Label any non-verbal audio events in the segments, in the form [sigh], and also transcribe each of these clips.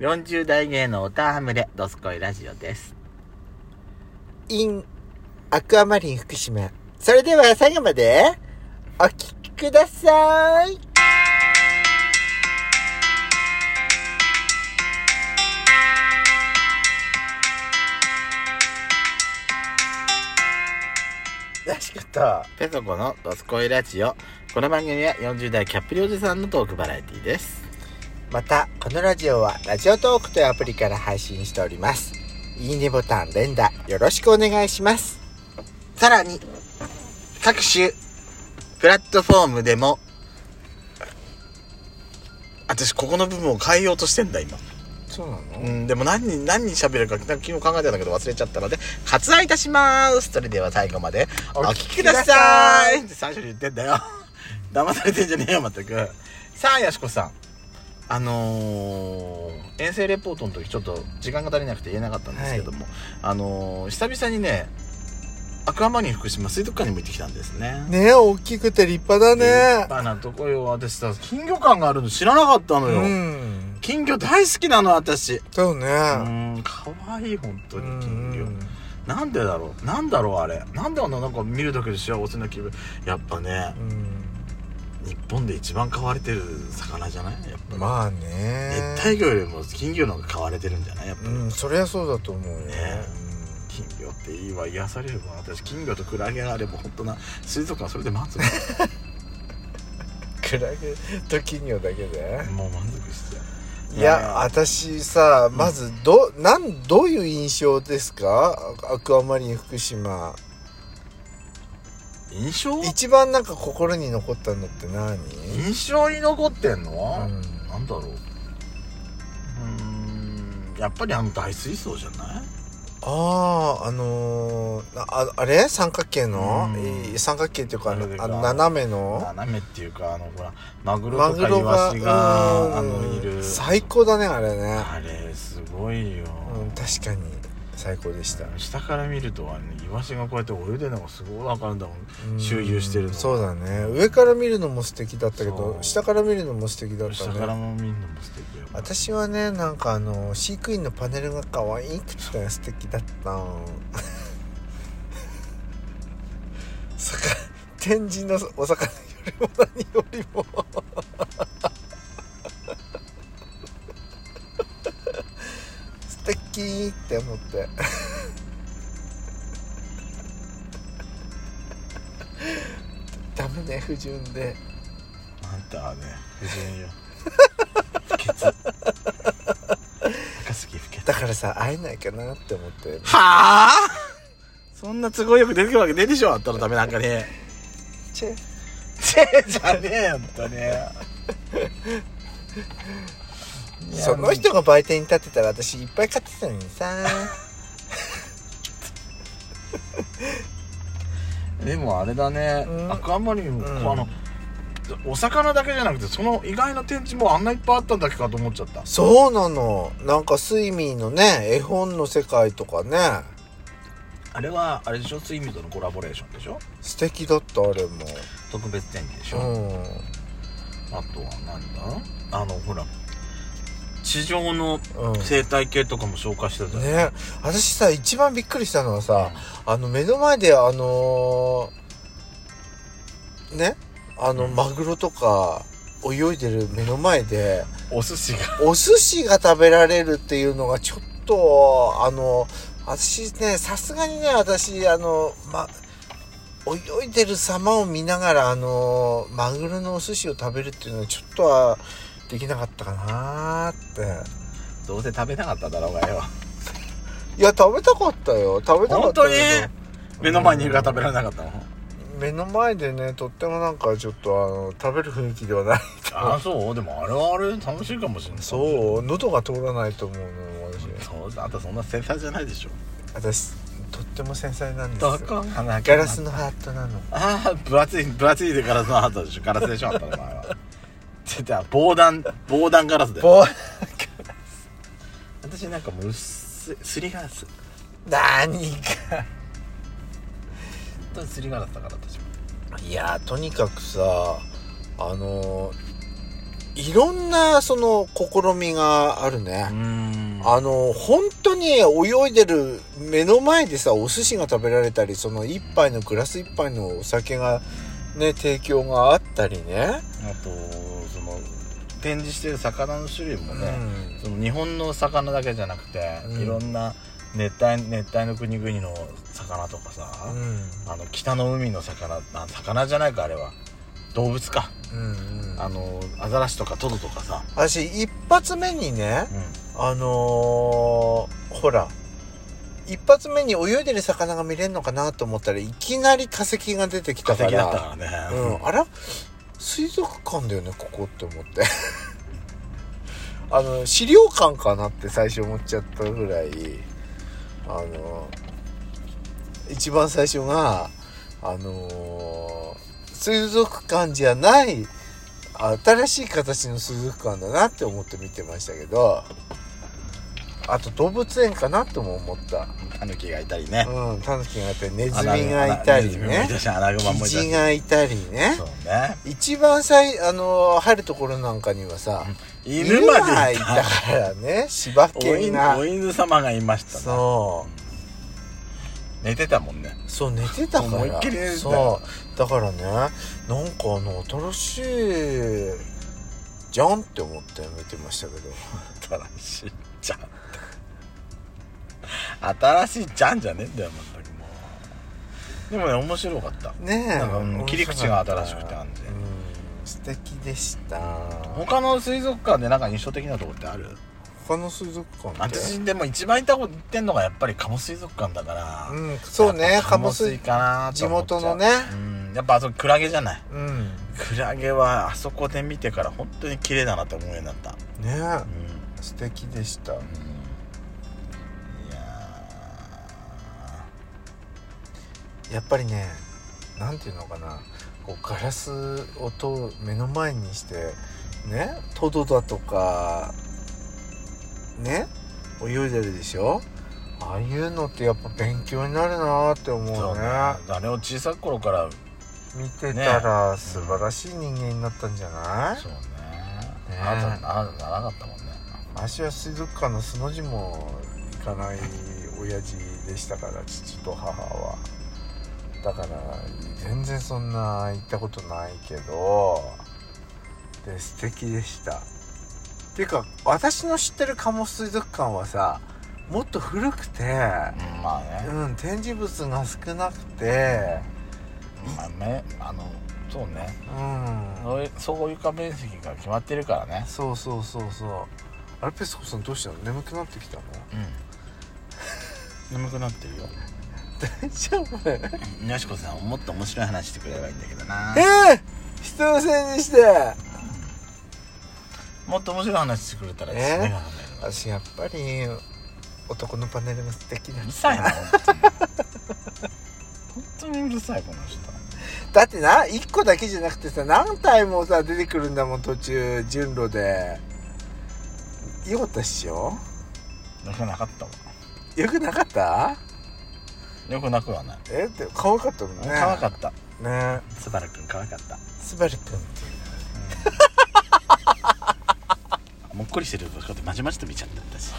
40代芸のおたはむれ、ドスコイラジオです。 in アクアマリン福島。それでは最後までお聞きください。らしかった。ペソコのドスコイラジオ。この番組は40代キャップリおじさんのトークバラエティです。また、このラジオはラジオトークというアプリから配信しております。いいねボタン連打よろしくお願いします。さらに、各種、プラットフォームでも、私、ここの部分を変えようとしてんだ、今。そうなのうん、でも何人、何人喋るか、昨日考えたんだけど忘れちゃったので、割愛いたします。それでは最後まで、お聞きくださいって最初に言ってんだよ [laughs] 騙されてんじゃねえよまったくさあやしこさんあのー遠征レポートの時ちょっと時間が足りなくて言えなかったんですけども、あのー久々にねアクアマリン福島水族館にも行ってきたんですねねえ、大きくて立派だ立ね。派なとこよ私さ金魚館があるの知らなかったのよ、うん。金魚大好きなの私そうね。うんかわいい本当に金魚、うんなんでだろうなんだろうあれなんであんななんか見るだけで幸せな気分やっぱね日本で一番飼われてる魚じゃないやっぱうんり、まあね。熱帯魚よりも金魚の方が飼われてるんじゃないやっぱり、うん、そりゃそうだと思うよ。ね金魚っていいわ癒されるわ私金魚とクラゲがあれば本当な水族館それで [laughs] 満足クラゲと金魚だけで。もう満足しちゃういいや、あ私さ、まず、ど、なん、どういう印象ですかアアクアマリン福島。印象一番なんか心に残ったのって何印象に残ってんうの、んなんだろううーんやっぱりあの大水槽じゃないああ、あのー、なああれ三角形の、うんいい三角形っていうか、ああれのがあの斜めの斜めっていうかあのほらマグロマとグかロイワがシがあうんのいる最高だねあれね、あれすごいよ、うん、確かに最高でした、下から見るとはねイワシがこうやって泳いでるのがすごい分かるんだもんうん周遊してるのそうだね上から見るのも素敵だったけそどう下から見るのも素敵だっ下たからねも見るのも素敵よ私はねなんかあの飼育員のパネルが可愛くて素敵だった [laughs] のそっか天神のお魚よりも何よりも [laughs] 素敵って思って [laughs] ダメね不純であんたはね不純よ不潔高杉不潔だからさ会えないかなって思ってはあそんな都合よく出てくるわけねえでしょあったらダメなんかねチェチェじゃねえよほんとねその人が売店に立ってたら私いっぱい買ってたのにさでもあれだね、うんアクアマリン、うんあのお魚だけじゃなくてその意外な展示もあんないっぱいあったんだっけかと思っちゃった [laughs] そうなのなんかスイミーのね絵本の世界とかねあれはあれでしょスイミーとのコラボレーションでしょ素敵だったあれも特別展示でしうょ、んあとは何だあのほら地上のうん生態系とかも紹介してたじゃん、ね私さ一番びっくりしたのはさあの目の前であのーねあのうんマグロとか泳いでる目の前でお寿司がお寿司が食べられるっていうのがちょっとあの私ねさすがにね私あのま泳いでる様を見ながらあのマグロのお寿司を食べるっていうのはちょっとはできなかったかなーってどうせ食べなかっただろうがよいや食べたかったよ食べたか本った当けにど目の前にいるから食べられなかったの、目の前でねとってもなんかちょっとあの食べる雰囲気ではないああそうでもあれはあれで楽しいかもしれないそう喉が通らないと思うの私そうあんたそんな繊細じゃないでしょ私とっても繊細なんですだよからガラスのハートなのああ分厚い分厚いでガラスのハートでしょガラスでしょあったの前はって言った防弾防弾ガラスだよぼ私なんかもう薄いすりガラス本何か当にすりガラスだから私もいやとにかくさあのーいろんなその試みがあるね、んあの本当に泳いでる目の前でさお寿司が食べられたりその一杯のグラス一杯のお酒がね提供があったりね、あとその展示してる魚の種類もうね、んその日本の魚だけじゃなくて、うんいろんな熱帯熱帯の国々の魚とかさ、うんあの北の海の魚あ魚じゃないかあれは動物か、うんうんあのアザラシとかトドとかさ、私一発目にねあのーほら一発目に泳いでる魚が見れるのかなと思ったらいきなり化石が出てき化たか石だったらからね、うん、あら水族館だよねここって思って [laughs] あの資料館かなって最初思っちゃったぐらいあの一番最初があの水族館じゃない新しい形の水族館だなって思って見てましたけどあと動物園かなとも思った、タヌキがいたりね、うん、タヌキがいたりネズミアナがいたりネズミもいねたしアナグマもキいたジしがいたりねそうね一番最あの入るところなんかにはさ犬までい犬たがいたからね柴お犬犬がお犬様がいましたねそ寝てたもんねうそう寝てたから思いっきり寝てたよそうだからねなんかあの新しいじゃんって思って見てましたけど新しいじゃん新しいじゃんじゃねえんだよ全くもうでもね面白かったねえなんかうん切り口が新しくてあんでうん素敵でした他の水族館でなんか印象的なとこってある他の水族館って私でも一番行ったこと言ってんのがやっぱり鴨水族館だから、うんそうねやっぱカ鴨モ水水かなと地思っちゃう元のねうんやっぱあそこクラゲじゃないうんねクラゲはあそこで見てから本当に綺麗だなと思うようになったえうん、うん素敵でしたいややっぱりねなんていうのかなこうガラスをと目の前にしてねトドだとかね泳いでるでしょああいうのってやっぱ勉強になるなって思ーうねあれを小さい頃から見てたら素晴らしい人間になったんじゃない、そうねねあなたあなたならなかったもんね足は水族館の素の字も行かない親父でしたから父と母はだから全然そんな行ったことないけどで素敵でしたていうか私の知ってる鴨水族館はさもっと古くてうんまあね、うん展示物が少なくてまあねあのそうねうんそういうそういうか面積が決まってるからねそうそうそうそうあれペスコさんどうしたの眠くなってきたのうん眠くなってるよ [laughs] 大丈夫よしこさんもっと面白い話してくれればいいんだけどなええ人のせいにしてもっと面白い話してくれたらえですねう私やっぱり男のパネルが素敵だるさい [laughs] な本当に本当にうるさいこの人だってな1個だけじゃなくてさ何体もさ出てくるんだもん途中順路でよかったっしょよくなかったわよくなかったよくなくはないえって可愛かったもんね可愛かったたねスバルくん可愛かったスバルくんってもっこりしてるとこうやってまじまじと見ちゃってたし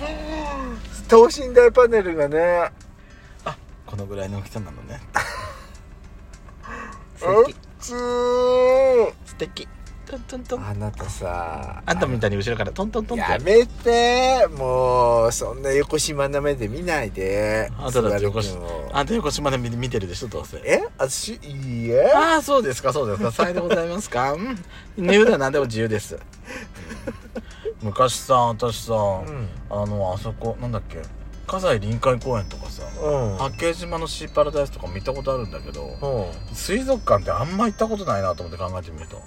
等身大パネルがねこのぐらいの大きさなのね [laughs] 素うっ敵つー素敵トントントンあなたさあんたみたいに後ろからトントントンってやめてもうそんな横島な目で見ないであんただって横スバル君をあんた横島で見見てるでしょどうせえあしいいえああそうですかそうですかさようでございますかうん寝るなら何でも自由です [laughs] 昔さ私さ、うんあのあそこなんだっけ葛西臨海公園とかさうん八景島のシーパラダイスとかも行ったことあるんだけどう水族館ってあんま行ったことないなと思って考えてみるとん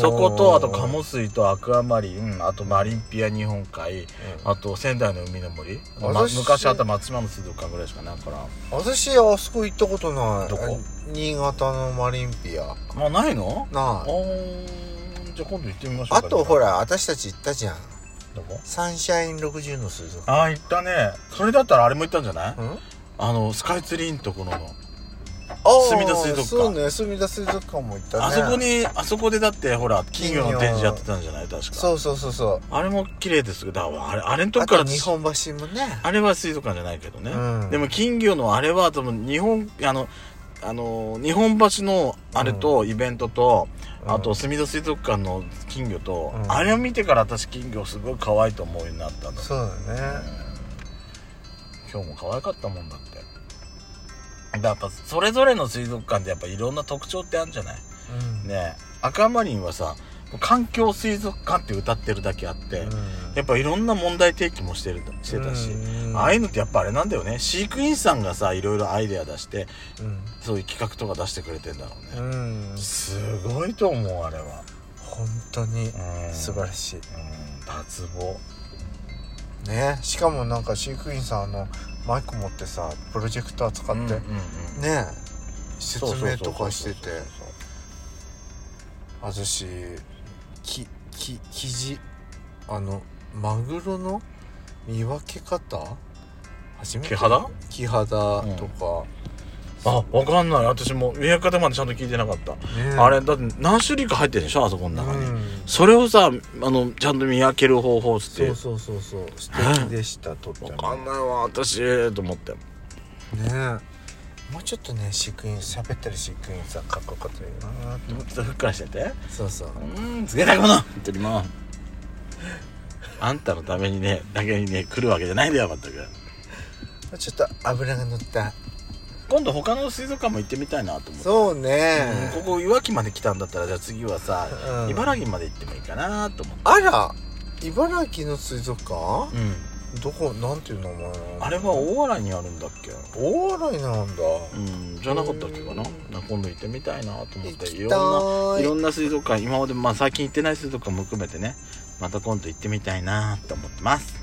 そことあとカモ水とアクアマリンあとマリンピア日本海あと仙台の海の森、ま私昔あった松島の水族館ぐらいしかないから私あそこ行ったことないどこ新潟のマリンピアもうないのなああーじゃあ今度行ってみましょうあかとほら私たち行ったじゃんどこサンシャイン60の水族ああ行ったねそれだったらあれも行ったんじゃない、館んあのスカイツリーのところの墨田水族館そうね墨田水族館も行ったねあそこにあそこでだってほら金魚の展示やってたんじゃない確かそうそうそうそうあれも綺麗ですけどあれあれのとこあからと日本橋もねあれは水族館じゃないけどね、うんでも金魚のあれは多分日本あのあの日本橋のあれとイベントと、うんあと墨田水族館の金魚と、うんあれを見てから私金魚すごい可愛いと思うようになったんだそうだね今日も可愛かったもんだってだやっぱそれぞれの水族館でやっぱいろんな特徴ってあるんじゃないうんねえ赤マリンはさ環境水族館って歌ってるだけあって、やっぱいろんな問題提起もしてるとしてたし、うんああいうのってやっぱあれなんだよね飼育員さんがさいろいろアイデア出してそういう企画とか出してくれてんだろううね、ん、うん、すごいと思うあれは、本当にうん素晴らしいうん脱帽ねしかもなんか飼育員さんあのマイク持ってさプロジェクター使って、うんうんうんね説そうそうそう明そうとかしてて私きき生地あのマグロの見分け方初めてキハダキハダとか、あわかんない私も見え方までちゃんと聞いてなかった、ねあれだって何種類か入ってるでしょあそこの中に、うんそれをさあのちゃんと見分ける方法っそてうそうそうそう素敵でしたとってわもかんないわ私と思ってねもうちょっとね飼育員喋ってる飼育員さんかっこよかったよなってもっとふっくらしててそうそううんつけたこの本当にもうあんたのためにねだけにね来るわけじゃないんだよまったくちょっと脂が乗った今度他の水族館も行ってみたいなと思ってそううんね、ここいわきまで来たんだったらじゃあ次はさ、うん茨城まで行ってもいいかなと思って、あら茨城の水族館うん、どこなんていう名前なのあれは大洗にあるんだっけ大洗なんだうんじゃなかったっけかなうんな今度行ってみたいなと思っ行ていきろんたないいろんな水族館今まで、まあ、最近行ってない水族館も含めてねまた今度行ってみたいなと思ってます